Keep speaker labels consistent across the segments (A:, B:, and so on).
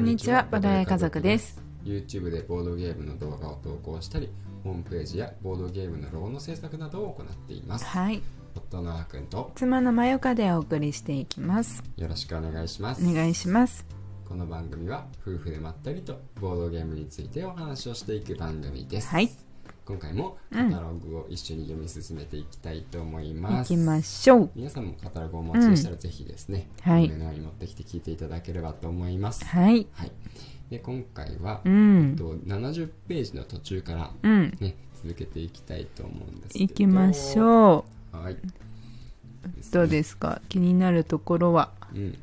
A: にちは、和田屋家族です。
B: YouTube でボードゲームの動画を投稿したりホームページやボードゲームのロゴの制作などを行っています
A: はい、
B: 夫のあーくんと
A: 妻のまよかでお送りしていきます。
B: よろしくお願いします
A: お願いします。
B: この番組は夫婦でまったりとボードゲームについてお話をしていく番組です、
A: はい、
B: 今回もカタログを一緒に読み進めていきたいと思いま
A: 行
B: す、
A: きましょう。
B: 皆さんもカタログをお待ちでしたらぜひですね、
A: はい
B: 目の前に持ってきて聞いていただければと思います、
A: はい、
B: はい、で今回は、
A: う
B: えっ
A: ん、
B: と70ページの途中から、
A: うん、
B: ね、続けていきたいと思うんですけど
A: 行きましょ。
B: うはいう
A: どうですか気になるところは
B: うん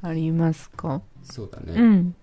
A: ありますか
B: そうだね、
A: うん、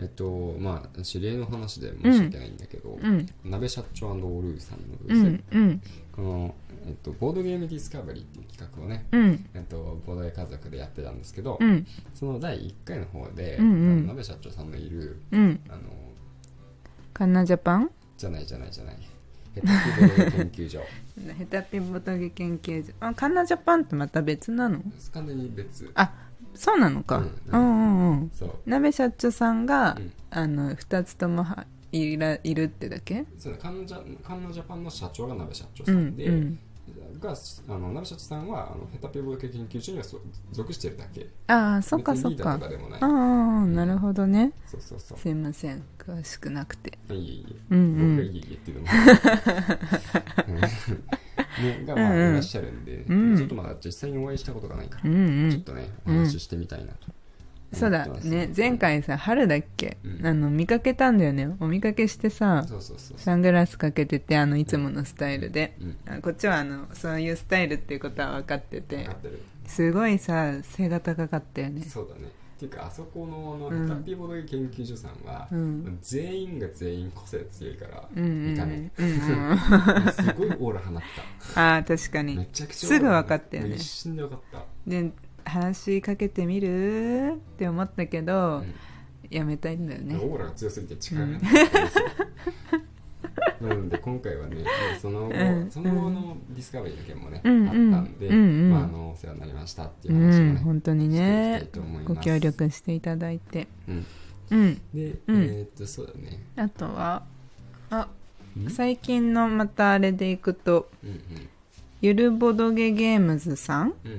B: えっとまあ知り合いの話で申し訳ないんだけど、
A: うん、
B: 鍋社長オルーさんの偶
A: う
B: 然、
A: ん、うん、
B: この、えっと、ボードゲームディスカバリーっていう企画をね、
A: うん、
B: えっと、ボードゲー家族でやってたんですけど、
A: うん、
B: その第1回の方で、
A: うんうん
B: あの鍋社長さんのいる
A: うん。
B: あの
A: カンナジャパン
B: じゃないじゃないじゃないヘッドボードゲーム研究 所
A: ヘタピボトゲ研究所。あ、カンナジャパンってまた別なの
B: 完全に別
A: あ、そうなのか。
B: う
A: うんん、うん、うん。
B: そう
A: 鍋社長さんが、
B: うん
A: あの2つともはいらいるってだけ
B: そうカンジャカンナジャパンの社長が鍋社長
A: う
B: さん
A: ん
B: で、
A: うん
B: があの鍋社長さんはあのヘタピボードゲーム研究所にはそ属してるだけ
A: ああそっかそ
B: 別
A: っ
B: にリーダー
A: か
B: とかでもない
A: ああなるほどね
B: そうそうそう
A: すいません詳しくなくて
B: いえいえ
A: うんう
B: 僕
A: ん
B: がいえいえっていうのもねがま
A: うんう
B: あ
A: ん
B: いらっしゃるんで、
A: うん
B: ちょっとまだ実際にお会いしたことがないから、
A: うんう
B: ちょっ
A: ん
B: とねお
A: うん
B: 話ししてみたいなと、
A: そうだね前回さ春だっけ、
B: うん
A: あの見かけたんだよねお見かけしてさ
B: そうそうそうそう
A: サングラスかけててあのいつものスタイルで、
B: うん
A: あこっちはあのそういうスタイルっていうことは分かって
B: 分
A: て
B: かってる
A: すごいさ背が高かったよね
B: そうだねっていうかあそこのあ
A: う
B: の
A: ん
B: ヘタピボドゲ研究所さんは、
A: うん
B: 全員が全員個性強いから、
A: うんうん
B: 見
A: う
B: た
A: ん
B: 目
A: うんうん
B: すごいオーラ放った
A: ああ確かに
B: めちゃくちゃ
A: すぐ分かったよね
B: もう一瞬で分かった
A: で話しかけてみるって思ったけど、
B: うん
A: やめたいんだよね
B: オーラが強すぎて力が入ってないんですよ、なので今回は ねその後、
A: うん
B: その後のディスカバリーの件もね、
A: うん
B: あったんで、
A: うんうん
B: まあ、あのお世話になりましたっていうう話を
A: ん
B: ね、
A: 本当に
B: してい
A: ね
B: きたいと思います
A: ご協力していただいて
B: うん
A: うん
B: で、
A: うん
B: えーっとそうだね
A: あとはあ
B: ん
A: 最近のまたあれでいくと
B: うんうん
A: ゆるぼどげゲームズさん
B: うん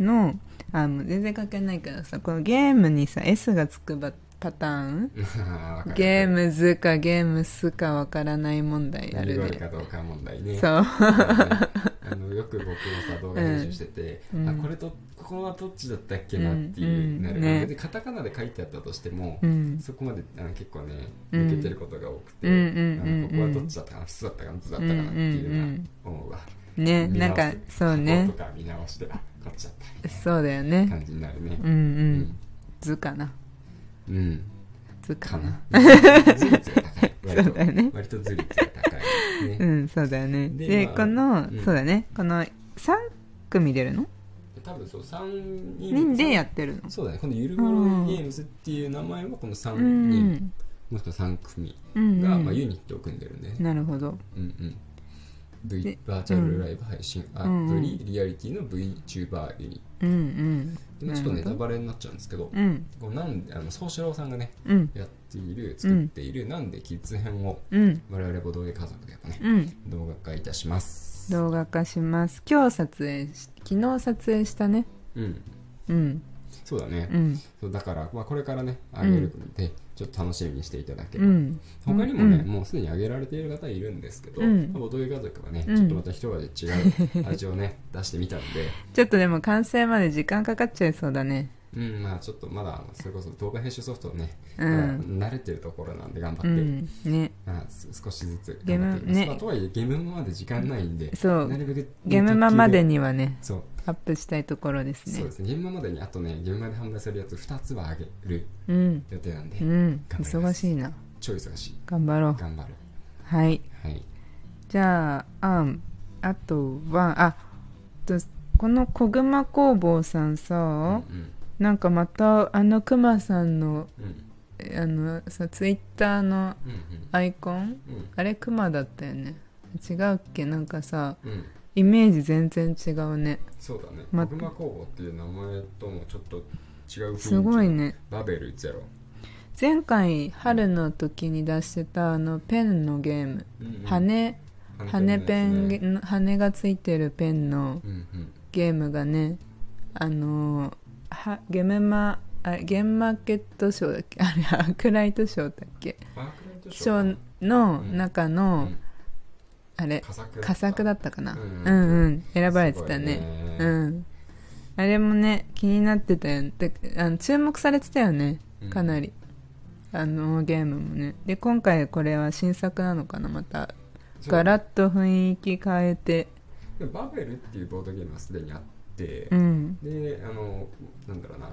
B: うん
A: のあもう全然関係ないけどさこのゲームにさ S がつくばパターン
B: わかる
A: ゲームズかゲームスかわからない問題あ
B: 何
A: る
B: がある
A: ね
B: かどうか問題ね
A: そう
B: あ のよく僕もさ動画編集してて、
A: うん
B: あこれとここはどっちだったっけなっていう、
A: うんうん
B: なる
A: ね
B: 別にカタカナで書いてあったとしても、
A: うん
B: そこまであの結構ね
A: うん
B: 抜けてることが多くて、
A: うんうんうんうん
B: あのここはどっちだったかな巣だったかな巣だったかなっていうのが思うわ、
A: ね
B: 見
A: なん
B: 直す
A: かそうね
B: こことか見直してあこっちだったみたい
A: そうだよ
B: な
A: ね
B: 感じになるね
A: うんうん図かな
B: うん、うん
A: 図
B: か
A: かな
B: なズ率が高い割
A: そうだよね
B: と割とズ率が高い、ね
A: うんそうだよね
B: で
A: で
B: まあ
A: この、
B: うん
A: そうだねこの3組出るの
B: 多分そう3人
A: 人でやってるの
B: そうだねこのゆるぼろゲームズっていう名前はこの
A: う
B: 3
A: んう
B: 人、
A: ん
B: もしくは3組
A: うん
B: が、まあ、ユニットを組んでるんで、ね
A: なるほど
B: うんうん、v
A: で
B: バーチャルライブ配信ア
A: うん
B: プリリアリティの VTuber ユニ
A: うん
B: ットでちょっと
A: な
B: ネ
A: るほ
B: タ
A: ど
B: バレになっちゃうんですけど
A: うんうん
B: こうなんあの総志郎さんがね
A: うん
B: やっている作っているなんでキッズ編を
A: うん
B: 我々ボドゲ家族でやっぱね
A: うん
B: 動画化いたします
A: 動画化します今日撮影し昨日撮影したね
B: うん
A: うん
B: そうだね、
A: うん
B: そうだから、まあ、これからねあげるので、ちょっと楽しみにしていただけ
A: う
B: れば、
A: ん
B: 他にもね、
A: うん
B: もうすでに挙げられている方いるんですけど、
A: うん
B: ボトゲ家族はね、
A: うん
B: ちょっとまた一味違う味をね 出してみたので、
A: ちょっとでも完成まで時間かかっちゃいそうだね
B: うん、まあちょっとまだそれこそ動画編集ソフトをね、
A: う
B: ま
A: ん
B: だ慣れてるところなんで頑張っ
A: う
B: て、
A: んね
B: まあす少しずつ頑張っていきます
A: ゲームね
B: まあ、とはいえゲームマまで時間ないんで、
A: そう
B: なるべくね
A: ゲームマンまでにはね
B: そう
A: アップしたいところです
B: そう
A: ね
B: ですねゲームマまでにあとねゲームマで販売するやつ2つはあげる
A: うん
B: 予定なんで、
A: うん
B: 頑張ります
A: 忙しいな
B: 超忙しい
A: 頑張ろう
B: 頑張る
A: はい
B: はい
A: じゃああんあとはあとこの小熊工房さんさ、
B: うん
A: なんかまたあのくまさんの
B: うん
A: えあのさツイッターの
B: うん
A: アイコン
B: うんうん
A: あれくまだったよね違うっけなんかさ
B: うん
A: イメージ全然違うね
B: そうだね「
A: ま
B: マグマ工房」っていう名前ともちょっと違う雰囲気
A: すごいね
B: バベルゼロ
A: 前回春の時に出してたあのペンのゲーム
B: うんうん
A: 羽羽ペン、
B: ですね
A: 羽がついてるペンの
B: うんうん
A: ゲームがねあのはゲムマあゲームマーケットショーだっけあれアークライトショーだっけ
B: パークライト
A: シ
B: ショー
A: ョーの中
B: う
A: の、
B: ん
A: あれ
B: 佳作
A: 佳作だったかな、
B: うん
A: うんうん選ばれてたね
B: ね
A: うんあれもね気になってたよであの注目されてたよねかな
B: り
A: り、あのゲームもねで今回これは新作なのかなまたガラッと雰囲気変えて
B: バベルっていうボードゲームはすでにあって
A: うん
B: であのなんだろうな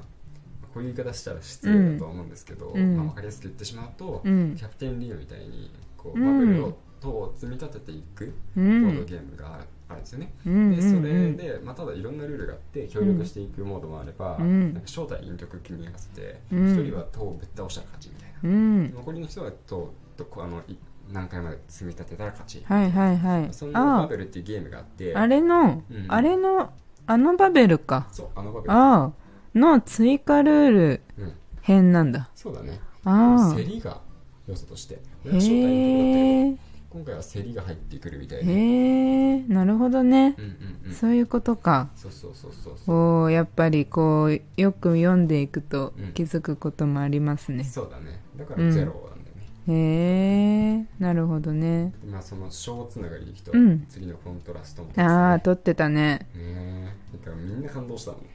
B: こういう言い方したら失礼だとは思うんですけど、
A: うん
B: まあ、分かりやすく言ってしまうと、
A: うん
B: キャプテンリードみたいにこう
A: う
B: バ
A: ん
B: ベルを塔を積み立てていく
A: う
B: ボード
A: ん
B: ゲームがある,、ん、ですよね。
A: う
B: で
A: ん
B: それで、まあ、ただいろんなルールがあって協力していくモードもあれば、
A: うん
B: なんか正体引力組み合わせて一、
A: うん
B: 人は塔をぶっ倒したら勝ちみたいな、
A: うん
B: 残りの人は塔をどこあのい何回まで積み立てたら勝ち、
A: はいはいはい
B: そんなバ
A: あ
B: ベルっていうゲームがあって
A: ああれの、
B: うん
A: あれのあのバベルか
B: そうあのバベル
A: ああの追加ルール
B: うん、
A: 編なんだ
B: そうだね
A: ああ
B: 競りが要素として正体引力だったけど
A: へえ
B: 今回は競りが入ってくるみたいな、
A: へえなるほどね
B: うんうんうん、
A: そういうことか
B: そうそうそうそうそう
A: おーやっぱりこうよく読んでいくと
B: うん
A: 気づくこともありますね、
B: そうだねだからゼロなんだよね、
A: へえなるほどね
B: まあその小つながりでいくと、
A: うん
B: 次のコントラストもですね
A: ああ撮ってたね
B: ねえなんかみんな感動したもん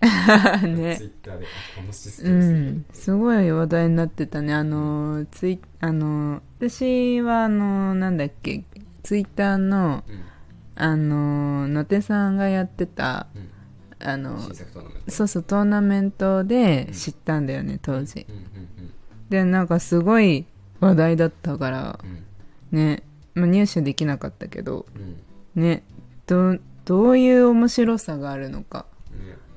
A: ね
B: ツイッターであこのシステ
A: う
B: ムすごい
A: んすごい話題になってたねあのーツイあのー私はあのーなんだっけツイッターの
B: うん
A: あのーのてさんがやってた
B: うん
A: あの
B: 新作トーナメント
A: そうそうトーナメントで
B: うん
A: 知ったんだよね当時
B: うんうん
A: でなんかすごい話題だったから
B: うん
A: ね、まあ、入手できなかったけど
B: うん
A: ねどどういう面白さがあるのか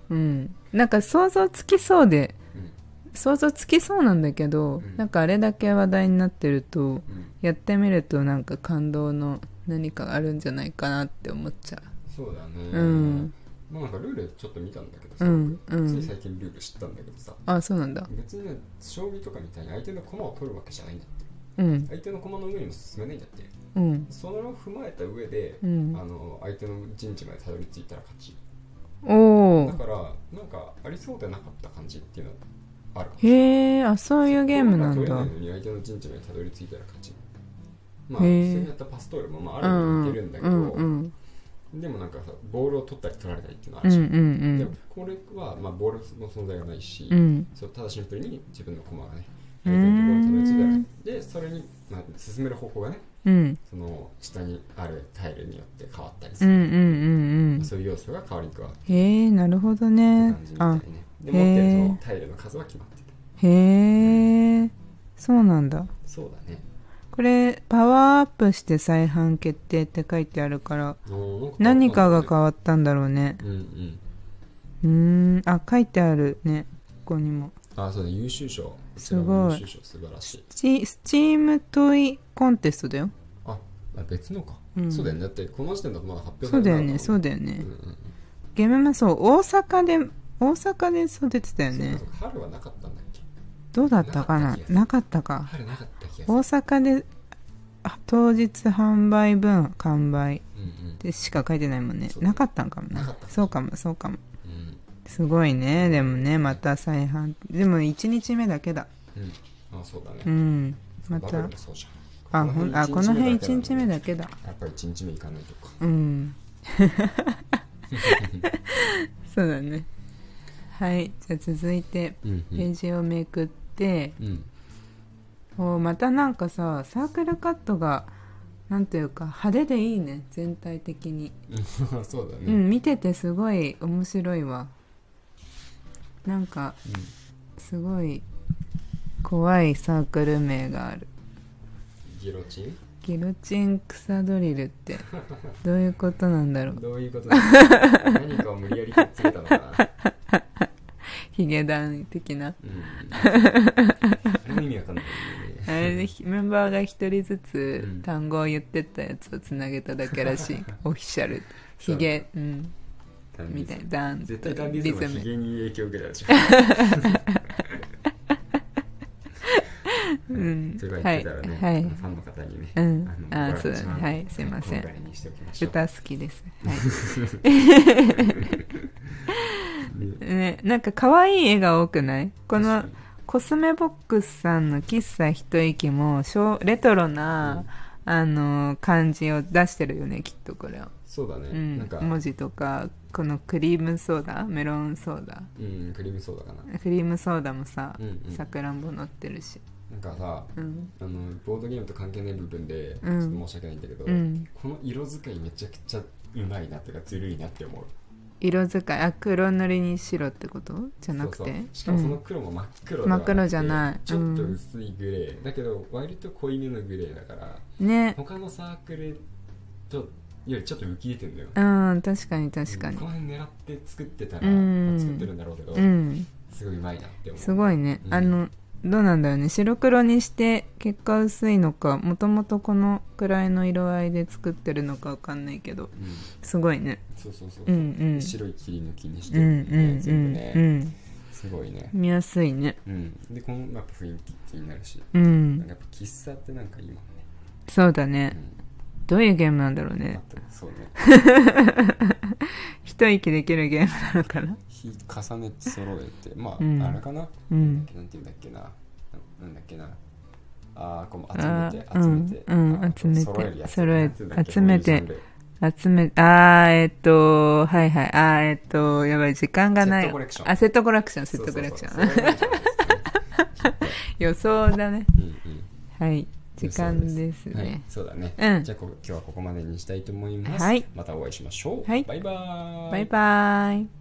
B: うんね
A: うんなんか想像つきそうで
B: うん
A: 想像つきそうなんだけど、
B: うん
A: なんかあれだけ話題になってると
B: うん
A: やってみるとなんか感動の何かがあるんじゃないかなって思っちゃ
B: そうだね
A: ううん
B: まあなんかルールちょっと見たんだけど
A: う
B: さ、
A: んう
B: つい
A: ん
B: 最近ルール知ったんだけどさ
A: あそうなんだ
B: 別にね将棋とかみたいに相手の駒を取るわけじゃないんだって
A: うん
B: 相手の駒の上にも進めないんだって
A: うん
B: それを踏まえた上で、
A: うん
B: あの相手の陣地までたどり着いたら勝ち
A: お
B: だ
A: お
B: からなんかありそうでなかった感じっていうのはあるかもしれない
A: へえあそういうゲームなん
B: そう
A: だ
B: いうのに相手の陣地までたどり着いたら勝ちまあ
A: へ
B: 普通
A: ー
B: にやったパストールもまああ
A: う
B: るにい
A: んうん
B: けるんだけ
A: う
B: ど、
A: んうん
B: でもなんかさボールを取ったり取られたりっていうのはあ
A: う
B: る
A: んう
B: じゃん、でも
A: ん
B: これは、まあ、ボールの存在がないし、
A: うん
B: そうただシンプルに自分の駒がね
A: う
B: 相
A: ー
B: 手のところにたどり着
A: ん
B: いたらでそれに、まあ、進める方向がね
A: うん
B: その下にあるタイルによって変わったり
A: う
B: す
A: んうんう
B: る、
A: んうん
B: そういう要素が変わりに加わって
A: へえなるほどね
B: 感じみたい
A: あ
B: ねで持ってる
A: へー
B: そのタイルの数は決まってる
A: へえそうなんだ
B: そうだね
A: これパワーアップして再販決定って書いてあるから
B: おーなん
A: 何かが
B: わ
A: 変わったんだろうね
B: ったんだねうんうん
A: うーんあ書いてあるねここにも
B: あそうね優秀賞
A: すごい
B: 優秀賞素晴らしい
A: チスチームトイコンテストだよ
B: ああ別のか、
A: うん
B: そうだよねだってこの時点だとまだ発表さ
A: そ
B: れ
A: う
B: て
A: だ
B: な
A: よ
B: い
A: ねそう
B: だ
A: だよね
B: うんうん
A: ゲームマそう大阪で大阪でそう出てたよ
B: そうか
A: ね
B: そうか春はなかったんだっけ
A: どうだったかななかったか
B: 春なかった気がす
A: 大
B: る
A: 阪であ当日販売分完売
B: うんうん
A: でしか書いてないもんね
B: そう
A: なかったんかも
B: なかっ
A: な
B: た
A: そうかもそうか
B: う
A: も
B: ん
A: すごいねでもねまた再販でも1日目だけだ
B: うんあそうだ
A: う
B: ね
A: んま
B: バブル
A: た
B: もそうじゃ
A: あ
B: ん
A: ほんあこの辺
B: 一
A: 1日目だけだ
B: やっぱり1日目行かないとか
A: うん そうだねはいじゃあ続いて
B: うんう
A: ペ
B: ん
A: ージをめくって、
B: うん
A: おまたなんかさサークルカットがなんというか派手でいいね全体的に
B: そうだね
A: うん、見ててすごい面白いわなんかすごい怖いサークル名がある
B: ギロチン
A: ギロチン草ドリルってどういうことなんだろう
B: どういうことだ何かを無理やりくっつけたのかな。
A: ヒゲダン的な
B: うん。あれも意味わかんないよね。
A: あれでひメンバーが一人ず
B: う
A: つ
B: ん
A: 単語を言ってったやつをつなげただけ らしいオフィシャルヒゲうんみたいなダンと
B: 絶対ダンディズ ムはヒゲに影響を受けたでしょ。それは言ってたらね、
A: はいはい
B: あのファンの方にね、
A: うん
B: あの
A: あーそう
B: 一番
A: はいすいません
B: 今回にしておきましょう。
A: 歌好きです、 はい、 ねなんか可愛い絵が多くないこの
B: 確か
A: コスメボックスさんの喫茶一息も昭レトロな、あの感じを出してるよねきっとこれは、
B: に そうだね、
A: うん
B: なんか、
A: 文字とかこのクリームソーダメロンソーダ
B: うん、クリームソーダかな。
A: クリームソーダもさ
B: うんうん
A: さくらんぼ乗ってるし
B: なんかさ、
A: うん
B: あのボードゲームと関係ない部分で、
A: うん
B: ちょっと申し訳ないんだけど、
A: うん
B: この色使いめちゃくちゃうまいなっていうかずるいなって思う
A: 色使いあ黒塗りに白ってことじゃな
B: そ
A: くて
B: うそうしかもその黒も真っ黒ではなくて
A: 真っ黒じゃない
B: ちょっと薄いグレー、だけど割と濃いめのグレーだから
A: うんね
B: 他のサークルとよりちょっと浮き出てんだよ
A: うん確かに確かに
B: この辺狙って作ってたら、
A: うん
B: まあ作ってるんだろうけど、
A: うん
B: すごいうまいなって思う
A: すごいね、
B: うん
A: あのどうなんだよね白黒にして結果薄いのかもともとこのくらいの色合いで作ってるのかわかんないけど
B: うん、
A: すごいね
B: そうそうそう、
A: うんうん
B: 白い切り抜きにして
A: う
B: る
A: ん
B: んだよね
A: うんう
B: 全
A: ん
B: 部ね、
A: うん
B: すごいね、
A: 見やすいね
B: うん、でこのやっぱ雰囲気気になるし
A: う
B: なんか
A: ん
B: やっぱ喫茶ってなんか今ね、
A: そうだ
B: う
A: ね
B: ん
A: どういうゲームなんだろう
B: ま
A: ね
B: たそうね
A: 一息できるゲームなのかな
B: 日重ねて揃えてまあ、
A: うん
B: あれかな、
A: うん
B: なんていうんだっけなななんだっけなああこう集
A: あ
B: めて
A: ー
B: 集めて、
A: うんうん
B: あー
A: 集めて
B: 揃えるやつ
A: 揃え
B: なんていうんだっけ
A: 集めて
B: こういうジャンル
A: 集めあーえっとはいはいあーえっとやばい時間がない
B: セットコレクション
A: あセットコレクションセットコレクション
B: そうそうそうそういうのじゃないですかね
A: 予想だね
B: うんうん
A: はい時間です
B: は
A: ね
B: い、そうだね、
A: うん
B: じゃあこ今日はここまでにしたいと思います、
A: はい
B: またお会いしましょう、
A: はい
B: バイバーイ
A: バイバイ